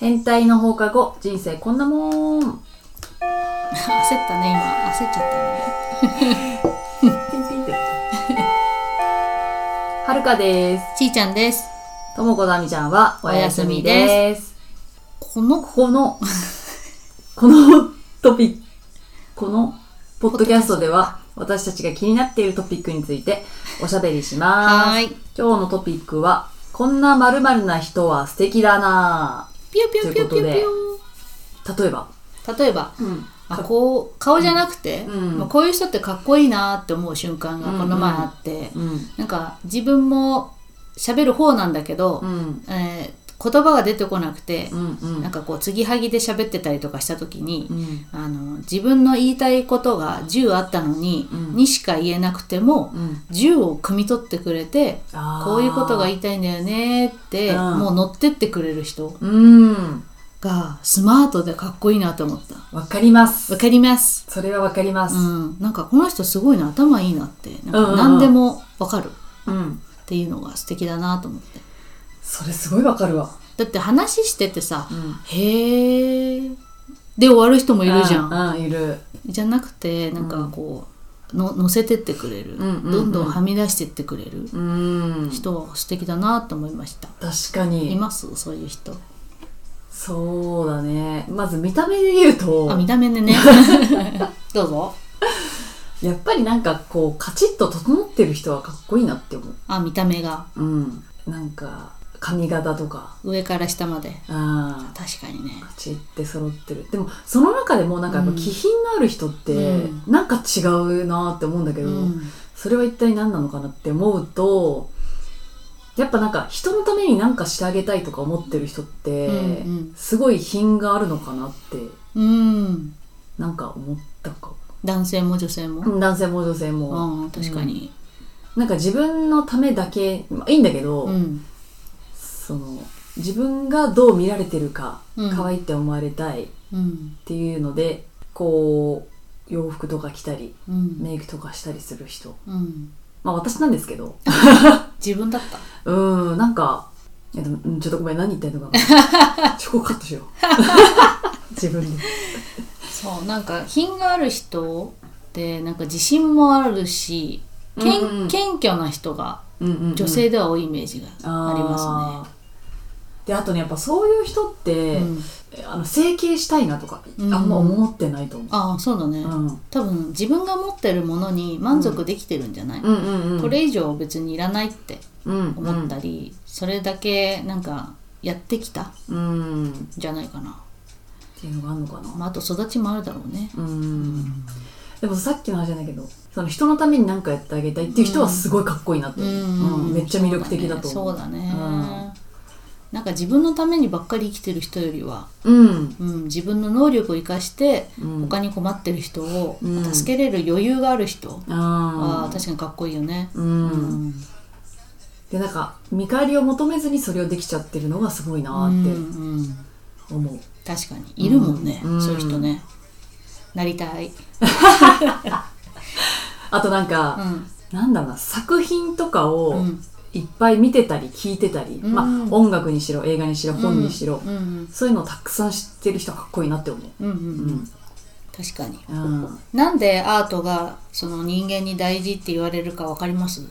変態の放課後人生こんなもん焦ったね今焦っちゃったね はるかですちーちゃんですともこなみちゃんはお休みですこのここのこのトピックこのポッドキャストでは私たちが気になっているトピックについておしゃべりしますはーい今日のトピックはこんな〇〇な人は素敵だなピヨピヨピヨピヨとピいう例えば、ヨ例えばあこう顔じゃなくて、うんまあ、こういう人ってかっこいいなって思う瞬間がこの前あって、うんなんか自分も喋る方なんだけど、うんえー言葉が出てこなくてう、んうんなんかこう継ぎはぎで喋ってたりとかした時に、うんあの自分の言いたいことが10あったのに、うんにしか言えなくても、うん10を汲み取ってくれてあーこういうことが言いたいんだよねって、うんもう乗ってってくれる人うんがスマートでかっこいいなと思ったわかりますわかりますそれはわかりまうすんなんかこの人すごいな頭いいなってなんうんうんうかん何でもわかるうんっていうのが素敵だなと思ってそれすごいわかるわだって話しててさうん「へーで終わる人もいるじゃんうんいるじゃなくてなんかこう、の乗せてってくれる、んうんうんどんどんはみ出してってくれるうん人は素敵だなと思いました、確かいにますそういう人そうだねまず見た目で言うとあ見た目でね どうぞやっぱりなんかこうカチッと整ってる人はかっこいいなって思うあ見た目がうんなんか髪型とか上から下まであー確かにねカチッて揃ってるでもその中でもなんかやっぱ気品のある人ってうんなんか違うなって思うんだけうど、んそれは一体何なのかなって思うとやっぱなんか人のために何かしてあげたいとか思ってる人って、うんうんすごい品があるのかなってうんなんか思ったかも男性も女性も、うん男性も女性も、あー確かになんか自分のためだけ、まあ、いいんだけど、うんその自分がどう見られてるか、うん可愛いって思われたいっうんていうのでこう洋服とか着たりうん、メイクとかしたりする人うん、まあ私なんですけど自分だったうーんなんかいやでもうんちょっとごめん何言ってんのかな ちょこカットしよ う自分でそうなんか品がある人ってなんか自信もあるし謙,、うんうん謙虚な人がうんうんうん女性では多いイメージがありまあーであとねやっぱそういう人っすて、ね。うんあの整形したいなとかあうんんま思ってないと思う、ああそうだね、うん多分自分が持ってるものに満足できてるんじゃない、うんうんうんこれ以上別にいらないってうん思ったり、それだけなんかやってきたんうんっじゃないかな、ていうのがあるのかなまあ、あと育ちもあるだろうねうんでもさっきの話じゃないけどその人のために何かやってあげたいっていう人はすごいかっこいいなって思う、うんめっちゃ魅力的だと思うそうだねそうだねなんか自分のためにばっかり生きてる人よりは、うんうん、自分の能力を生かしてうん他に困ってる人をうん助けれる余裕がある人はあー確かにかっこいいよね、うん、うんでなんか見返りを求めずにそれをできちゃってるのがすごいなーっうんうんて思う、確かにいるもんね、うんそういう人ねなりたい、あとなんうか、んなんだろうな作品とかをうんいっぱい見てたり聞いてたり、うんまあ音楽にしろ映画にしろ本にしろ、うんそういうのをたくさん知ってる人はかっこいいなって思ううんうんうんううんん確かにうんなんでアートがその人間に大事って言われるかわかります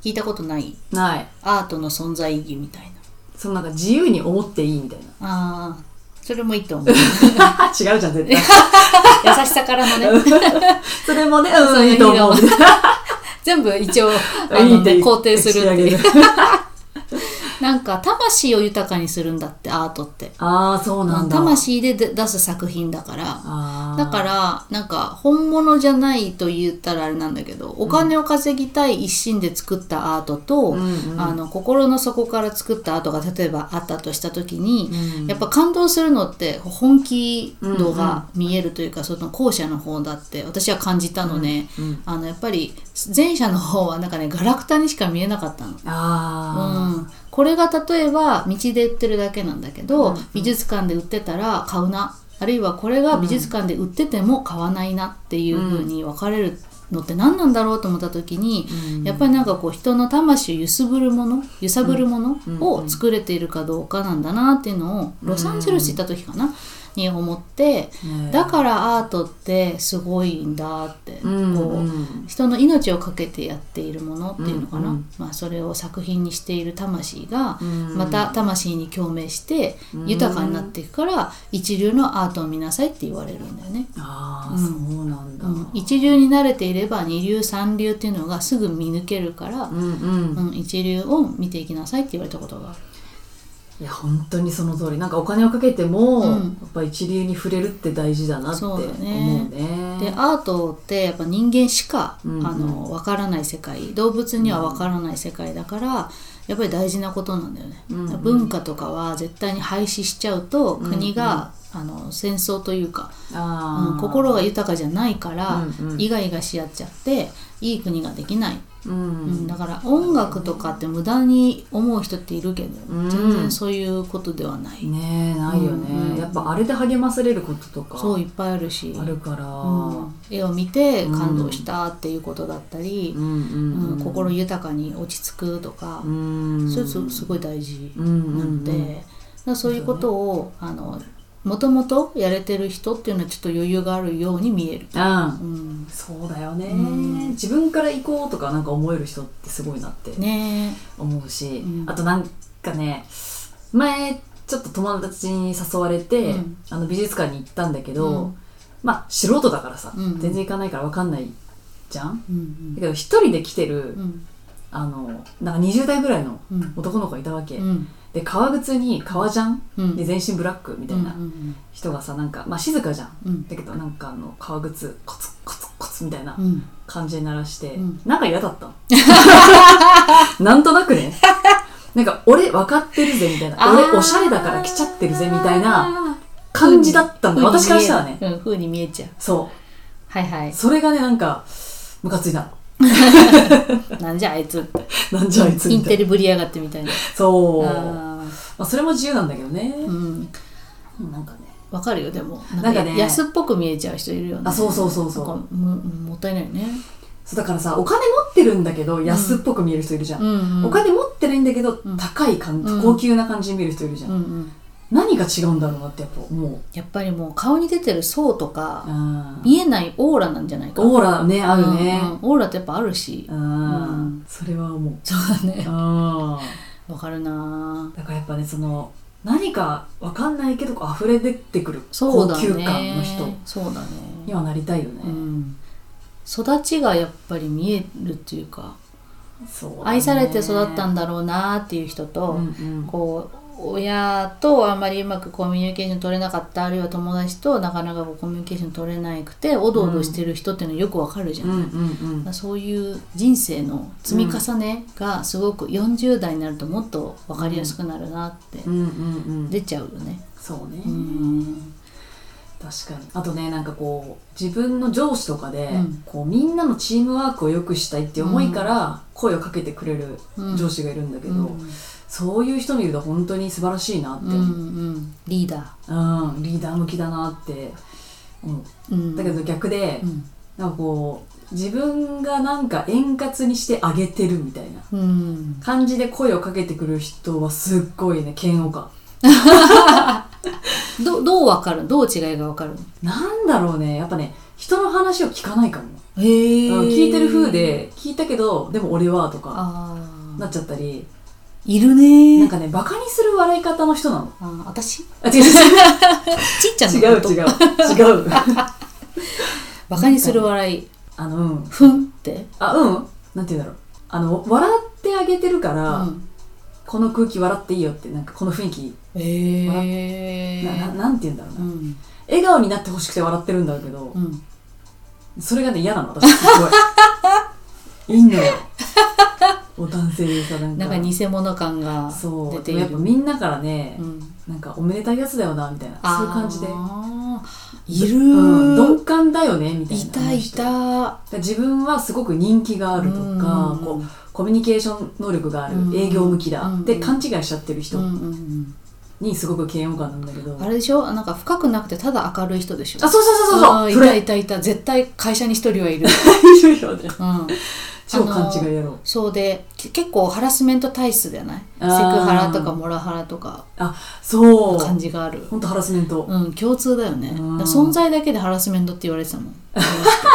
聞いたことないないアートの存在意義みたいなそのなんか自由に思っていいみたいな ああそれもいいと 思う優違うじゃん絶 対しさからのねそれもねそうう んいいと思う全部一応あいいの、ってね、いう肯定するってい仕上うなんか魂を豊かにするんだってアートってああそうなんだ魂で出出す作品だからあーだからなんか本物じゃないと言ったらあれなんだけどお金を稼ぎたい一心で作ったアートと、うんうんあの心の底から作ったアートが例えばあったとした時に、うんやっぱ感動するのって本気度うんが見えるというか、その後者の方だって私は感じたのね、うんうんあのやっぱり前者の方はなんかねガラクタにしか見えなかったの。あうん、これが例えば道で売ってるだけなんだけど、うんうん美術館で売ってたら買うなあるいはこれが美術館で売ってても買わないなっていう風に分かれるのって何なんだろうと思った時に、やっぱりなんかこう人の魂を揺すぶるもの揺さぶるものうんを作れているかどうかなんだなっていうのをロサンゼルス行った時かな、に思ってねだからアートってすごいんだって、うんこううん人の命を懸けてやっているものっていうのかな、うんうんまあ、それを作品にしている魂がうんまた魂に共鳴して豊かになっていくから一流のアートを見なさいって言われるんだよね。ああ、うんそうなんだ、うん、一流に慣れていれば二流三流っていうのがすぐ見抜けるからう、んうんうん、一流を見ていきなさいって言われたことがある。いや本当にその通りなんかお金をかけても、うんやっぱ一流に触れるって大事だなってそ思うだうねねでアートってやっぱ人間しか、うんうんあのわからない世界動物にはわからない世界だからやっぱり大事なことなんだよね、うんうん文化とかは絶対に廃止しちゃうとうんうん国が、あの戦争というか、あーうん心が豊かじゃないから、うんうんイガイガし合っちゃっていい国ができない、ううんんだから音楽とかって無駄に思う人っているけど、うん全然そういうことではない、ねえないよね、うんうんやっぱあれで励まされることとかそういっぱいあるしあるから、うん絵を見て感動したっていうことだったり、うんうんうんうん心豊かに落ち着くとかう、んそういうのすごい大事うなんうんうんので、だからそういうことをあのもともとやれてる人っていうのはちょっと余裕があるように見える。うんうん、そうだよね、うん自分から行こうとかなんか思える人ってすごいなってね思うし、うんあとなんかね前ちょっと友達に誘われて、うんあの美術館に行ったんだけど、うんまあ素人だからさ、うん全然行かないから分かんないじゃんえ、うだんけど一人で来てる、うんうんあのなんか20代ぐらいのうん男の子がいたわけ、うんで革靴に革ジャンうんで全身ブラックみたいなうん人がさなんか、まあ、静かじゃんうんだけどなんかあの革靴コツコツコツみたいなうん感じに鳴らして、うんなんか嫌だった のなんとなくねなんか俺分かってるぜみたいな俺おしゃれだから来ちゃってるぜみたいなな感じだったんだ私からしたらねうん、風に見えちゃうそはいは ういそれがねなんかムカついたなんじゃあいつっての なんじゃあいつイみンたテいなリぶりやがってみたいなそうまああ、それも自由なんだけどねー、うんなんかねわかるよでもなんかね安っぽく見えちゃう人いるよねあそうそうそうそうなんかももったいないよねそうだからさお金持ってるんだけど安っぽく見える人いるじゃん、んお金持ってないんだけど、うん高い感じ、うん高級な感じに見る人いるじゃん、うんうん何が違うんだろうなってやっぱ思う、やっぱりもう顔に出てる層とかあー見えないオーラなんじゃないかオーラねあるね、うんうんオーラってやっぱあるしうんそれは思う。そうだねあわかるな だからやっぱねその何かわかんないけどこう溢れ出てくるそ高うだね級感の人そうだねにはなりたいよね。うん育ちがやっぱり見えるっていうかそうだね愛されて育ったんだろうなっていう人と、うんうんこう親とあんまりうまくコミュニケーション取れなかったあるいは友達となかなかこうコミュニケーション取れなくておどおどしてる人っていうのよくわかるじゃうんん、うだんからそういう人生の積み重ねがすごく40代になるともっとわかりやすくなるなってうんうんうんうん出ちゃうよね。そうね、うん確かにあとねなんかこう自分の上司とかで、うんこうみんなのチームワークを良くしたいって思いから声をかけてくれる上司がいるんだけど、うんそういう人見ると本当に素晴らしいなってうんう思う、ん、リーダうん、リーダー向きだなって思うー、うん、だけど逆でう、んなんかこう自分がなんか円滑にしてあげてるみたいなうん、感じで声をかけてくる人はすっごいね嫌悪感どどうわかるどう違いがわかるのなんだろうねやっぱね人の話を聞かないかも、へえうん聞いてる風で聞いたけどでも俺はとかあなあっちゃったりいるねなんかねバカにする笑い方の人なのあー私あ違う違ちっちゃう違なうこと違う違うバカにする笑いあのうんふんって、あうんなんて言うんだろうあの笑ってあげてるから、うん、この空気笑っていいよってなんかこの雰囲気、えなななんて言うんだろうな、うん笑顔になってほしくて笑ってるんだけどう、んそれがね嫌なの私すごいいいのよお男性でさなんかなんか偽物感がそう出でていもるやっぱみんなからね、うん、なんかおめでたいやつだよなみたいなそういう感じで、あーいるー、うん、鈍感だよねみたいないたいだかたら自分はすごく人気があるとかうんこうコミュニケーション能力があるうん営業向きだうんって勘違いしちゃってる人うんうんにすごく嫌悪感なんだけどあれでしょなんか深くなくてただ明るい人でしょあそうそうそうそうあそーいうそ たれいたいた絶対会社に一 人はいる、大丈夫だようん、超勘違いやろうそうでけ結構ハラスメント体質じゃないセあクーハラとかモラハラとかそう感じがあるほんとハラスメントうん共通だよねだからうん存在だけでハラスメントって言われてたもんあ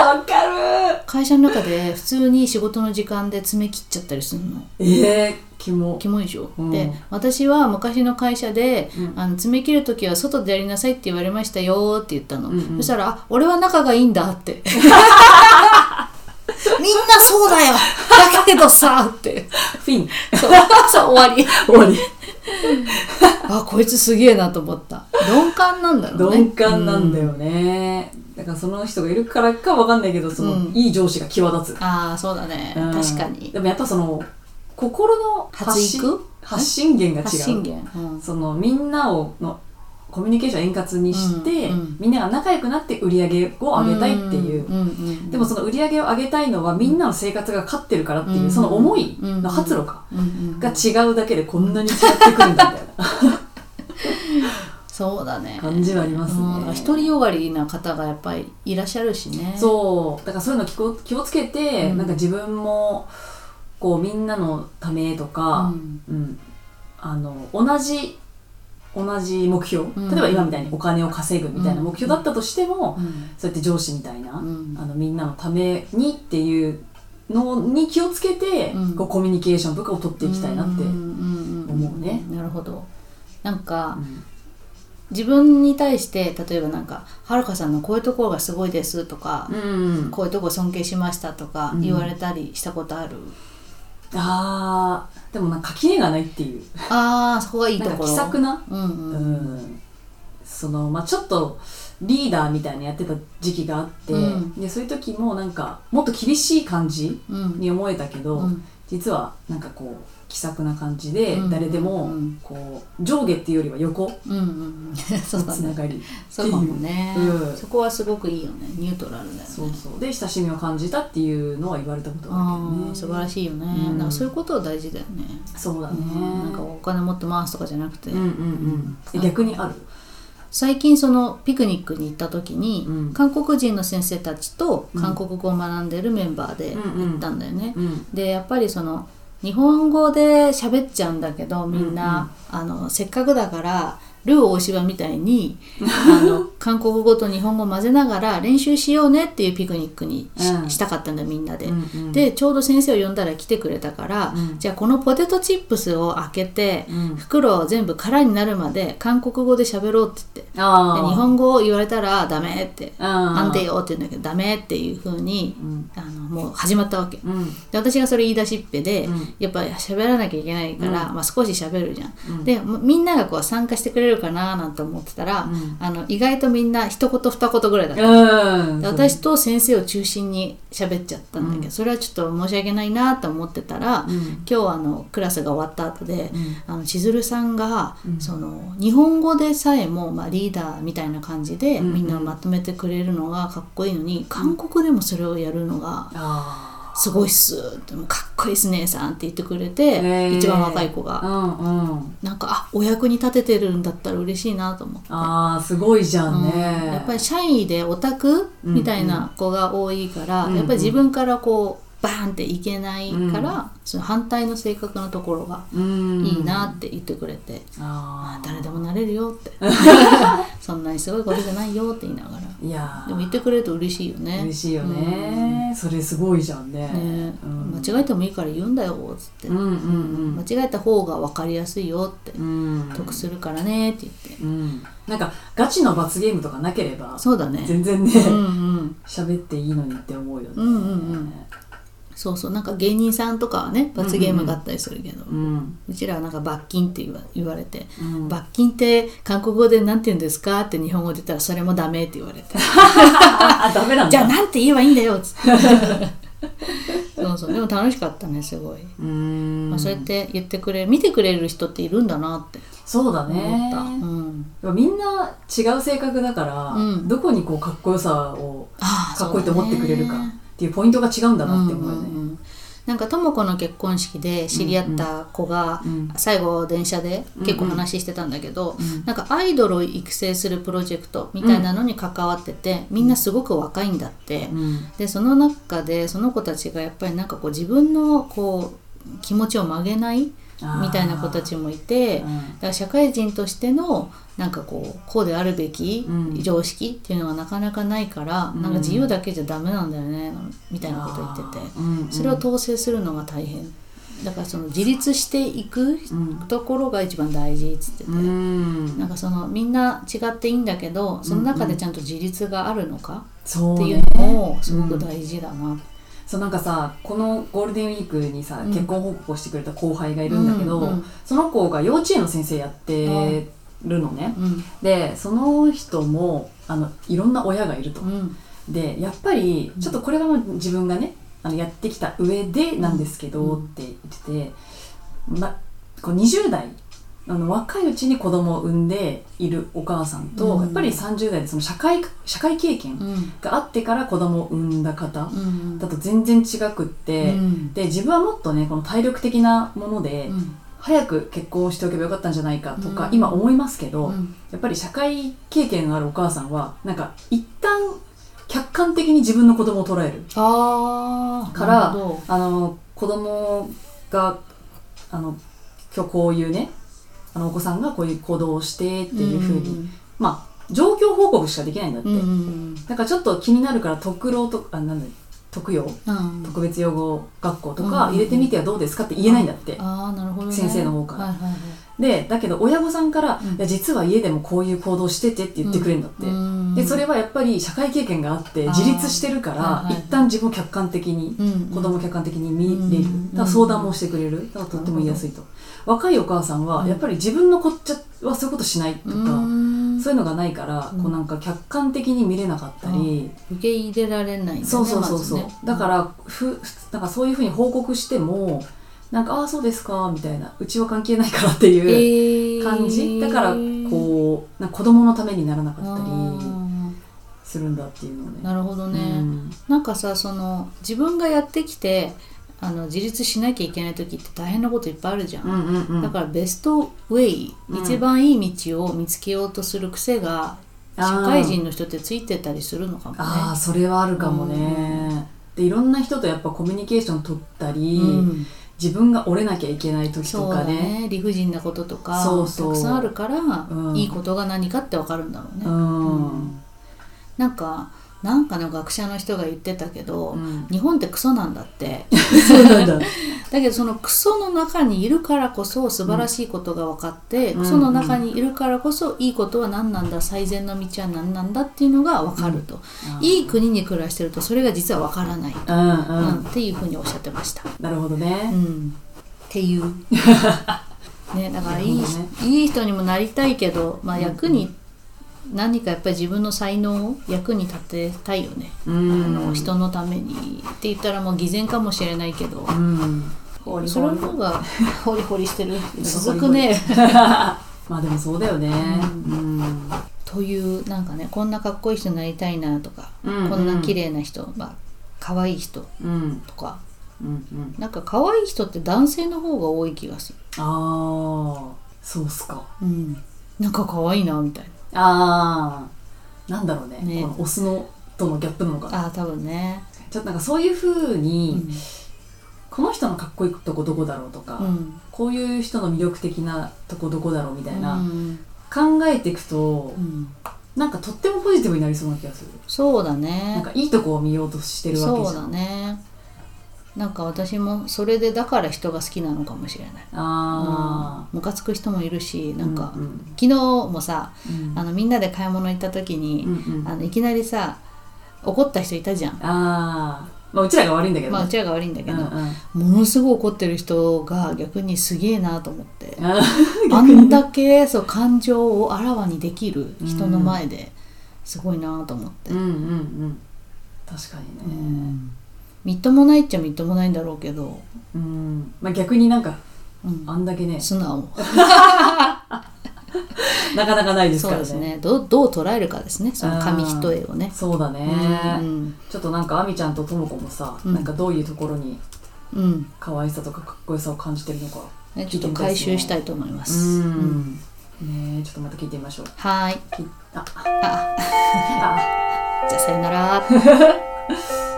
わかる会社の中で普通に仕事の時間で詰め切っちゃったりするのええキモキモいでしょ、うんで私は昔の会社で、うんあの詰め切る時は外でやりなさいって言われましたよって言ったの、うんうんそしたら「あ俺は仲がいいんだ」って みんなそうだよだけどさってフィンそうそう終わ り終わりあこいつすげえなと思った鈍感なんだろうね鈍感なんだ、よね、だからその人がいるからかわかんないけどその、うんいい上司が際立つ、うんああそうだね、うん確かにでもやっぱその心の発発信育発信源が発違う信源、うんそのみんなをのコミュニケーションを円滑にして、うんうんみんなが仲良くなって売り上げを上げたいっていう、んんうんでもその売り上げを上げたいのはみんなの生活が勝ってるからっていう、うんその思いの発露か、うんうんが違うだけでこんなに違ってくるんだみたいなそうだね感じはありますねうんだから独りよがりな方がやっぱりいらっしゃるしねうそうだからそういうの気を気をつけて、うんなんか自分もこうみんなのためとか、んうんあの同じ同じ目標、うん例えば今みたいにお金を稼ぐみたいな目標だったとしても、うんそうやって上司みたいな、うんあのみんなのためにっていうのに気をつけて、うんこうコミュニケーションとかを取っていきたいなって、んんん思うねなるほどなんか、うん自分に対して例えばなんか「はるかさんのこういうところがすごいです」とか、うんこういうとこ尊敬しました」とかうん言われたりしたことある、あーでもなんか垣根がないっていうああそこがいいとなんこかろ気さくな、うんうん、うんそのまあ、ちょっとリーダーみたいなやってた時期があって、うんでそういう時もなんかもっと厳しい感じうんに思えたけど、うん実はなんかこう気さくな感じで、うん誰でもうんこう上下っていうよりは横のうんうん、 そうだつなねがり、そうかもね、うんそこはすごくいいよねニュートラルだよねそうそうで親しみを感じたっていうのは言われたことがあるけどあねあ素晴らいしいよね、うんなんかそういうことは大事だよねそうだね、うんなんかお金持って回すとかじゃなくて、うんうんうんえ逆にある最近そのピクニックに行った時に、うん韓国人の先生たちとうん韓国語を学んでるメンバーでうんうん行ったんだよね、うんでやっぱりその日本語で喋っちゃうんだけどみんな、あのせっかくだからルー大芝みたいに あの韓国語と日本語混ぜながら練習しようねっていうピクニックにし,、うんたかったんだよみんなで。うんうんでちょうど先生を呼んだら来てくれたから、うんじゃあこのポテトチップスを開けて、うん袋を全部空になるまで韓国語で喋ろうって言ってでああ日本語を言われたらダメって安安定よって言うんだけどダメっていう風にうんあのもう始まったわけ、うんで私がそれ言い出しっぺで、うんやっぱ喋らなきゃいけないから、まあ、少し喋るじゃん、うんでもみんながこう参加してくれるかななんて思ってたら、うんあの意外とみんな一言二言ぐらいだった、うんで私と先生を中心に喋っちゃったんだけど、うんそれはちょっと申し訳ないなと思ってたら、うん今日あのクラスが終わった後で、うんあの千鶴さんが、うんその日本語でさえも、まあ、リーダーみたいな感じで、うんうんみんなをまとめてくれるのがかっこいいのに韓国でもそれをやるのがあすごいっすでもかっこいいっす姉さんって言ってくれて、へー一番若い子あが、うんうんなんかあお役に立ててるんだったら嬉しいなと思って。ああすごいじゃんねうんやっぱりシャイでオタクみたいな子が多いから、うんうんやっぱり自分からこうバーンっていけないから、うその反対の性格のところがうんいいなって言ってくれて、ああ誰でもなれるよって そんなにすごいことじゃないよって言いながらあいやーでも言ってくれると嬉しいよね嬉しいよねそれすごいじゃんねうんねうん間違えてもいいから言うんだよっつって、うんうんうん間違えた方が分かりやすいよって、うん得するからねって言って、うんなんかガチの罰ゲームとかなければそうだね全然ねうんうん喋っていいのにって思うよねうんうんそうそうなんか芸人さんとかはね罰ゲームがあったりするけど、ううんちらはなんか罰金って言わ言われて、うん罰金って韓国語でなんて言うんですかって日本語で言ったらそれもダメって言わ れてああダメなんだじゃあなんて言えばいいんだよ っつってそうそうでも楽しかったねすごい、うんまあ、そうやって言ってくれ見てくれる人っているんだなってそうだ思っねた、うん、やっぱみんな違う性格だから、うんどこにこうかっこよさをああかっこいいと思ってくれるかそうだねっていうポイントが違うんだなって思うよね。んんんなんかとも子の結婚式で知り合った子が、うん最後電車で結構話してたんだけど、うんなんかアイドルを育成するプロジェクトみたいなのに関わってて、みんなすごく若いんだって、うんでその中でその子たちがやっぱりなんかこう自分のこう気持ちを曲げないみたいな子たちもいて、うだんから社会人としてのなんかこうこうであるべきうん常識っていうのがなかなかないから、うんなんか自由だけじゃダメなんだよねみたいなこと言ってて、うんうんそれを統制するのが大変だからその自立していくうんところが一番大事っつってて、うんなんかそのみんな違っていいんだけどその中でちゃんと自立があるのかそうっていねうのもすごく大事だな、そうなんかさこのゴールデンウィークにさ、うん結婚報告をしてくれた後輩がいるんだけど、うんうんその子が幼稚園の先生やってるのね、うんでその人もあのいろんな親がいると、うんでやっぱりちょっとこれが自分がねあのやってきた上でなんですけど、うんって言ってて、ま、こう20代あの若いうちに子供を産んでいるお母さんと、うんやっぱり30代でその社会社会経う験んがあってから子供を産んだ方うんだと全然違くって、うんで自分はもっとねこの体力的なもので、うん早く結婚しておけばよかったんじゃないかとか、うん今思いますけど、うんやっぱり社会経験のあるお母さんはなんか一旦客観的に自分の子供を捉えるあーからなるほあの子供があの今日こういうねあのお子さんがこういう行動をしてってどいうふうに、まあ状況報告しかできないんだって、うんうんだからちょっと気になるから特労とあなんだ特養うん特別養護学校とうかん入れてみてはどうですかって言えないんだって、あーなるほどね先生の方からはいはいはいでだけど親御さんから、うんいや実は家でもこういう行動しててって言ってくれるんだって、うんでそれはやっぱり社会経験があってあー自立してるから、はいはいはい一旦自分を客観的に、うんうん子供を客観的に見れる、うんだから相談もしてくれるだからとっても言いやすいと若いお母さんうはんやっぱり自分のこっちはそういうことしないとか、うんそういうのがないから、うんこうなんか客観的に見れなかったり、受け入れられないんだねそうそうそうそう、まずねだからふなんかそういうふうに報告してもなんか「ああそうですか」みたいな「うちは関係ないから」ってえいうー感じ、だからこうなんか子供のためにならなかったりあするんだっていうのをねー。なるほどね、うんなんかさその自分がやってきてあの自立しなきゃいけない時って大変なこといっぱいあるじゃん、うんうんうんだからベストウェイ、うん一番いい道を見つけようとする癖があ社ー会人の人ってついてたりするのかもね。ああそれはあるかもね、うんでいろんな人とやっぱコミュニケーション取ったり、うん自分が折れなきゃいけない時とそうかだねね理不尽なこととかそうそうたくさんあるから、うんいいことが何かってわかるんだろうね。うん、なんかなんかの学者の人が言ってたけど、うん日本ってクソなんだってそうなんだだけどそのクソの中にいるからこそ素晴らしいことが分かって、うんクソの中にいるからこそいいことは何なんだ最善の道は何なんだっていうのが分かると、 い、いい国に暮らしてるとそれが実は分からない、うんうんうん、っていうふうにおっしゃってました。なるほどうね、ん、っていう ねだからいい,、なるほどねいい人にもなりたいけど、まあ、役うに何かやっぱり自分の才能を役に立てたいよね。うん、あの人のためにって言ったらもう偽善かもしれないけど、うんホリそホれのリ方が ホリホリしてる続続くくねねまあでもそうだよねうん、うんというなんかねこんなかっこいい人になりたいなとか、うんこんな綺麗な人まあ可愛い人うんとかうんうん、なんか可愛い人って男性の方が多い気がする、ああそうっすかうん、なんか可愛いなみたいああなんだろうねねこのオスのとのギャップなのかななあー多分ね、ちょっとなんかそういうふううに、んこの人のかっこいいとこどこだろうとか、うんこういう人の魅力的なとこどこだろうみたいな、うん考えていくと、うんなんかとってもポジティブになりそうな気がする、そうだなんねかいいとこを見ようとしてるわけそじうゃんだねなんか私もそれでだから人が好きなのかもしれないあムカつく人もいるしあなんか、うんうん昨日もさうんあのみんなで買い物行った時に、うんうんあのいきなりさ怒った人いたじゃん、あーまあうちらが悪いんだけどまあうね、ちらが悪いんだけど、うんうんものすごい怒ってる人が逆にすげえなと思ってああんだけそう感情をあらわにできる人の前ですごいなと思って、ーうんうんうん確かにうね、んみっともないっちゃみっともないんだろうけど、うんまあ、逆になんかうんあんだけね素直なかなかないですそかうらですねねどうどう捉えるかですねその紙一重をね。そうだね、うんちょっとなんかあみちゃんとともこもさ、うんなんかどういうところにうん、可愛さとかかっこよさを感じてるのかねちょっと回収したいと思いまうす。うんん、ねえちょっとまた聞いてみましょうはーい。きああ、あじゃあさよなら。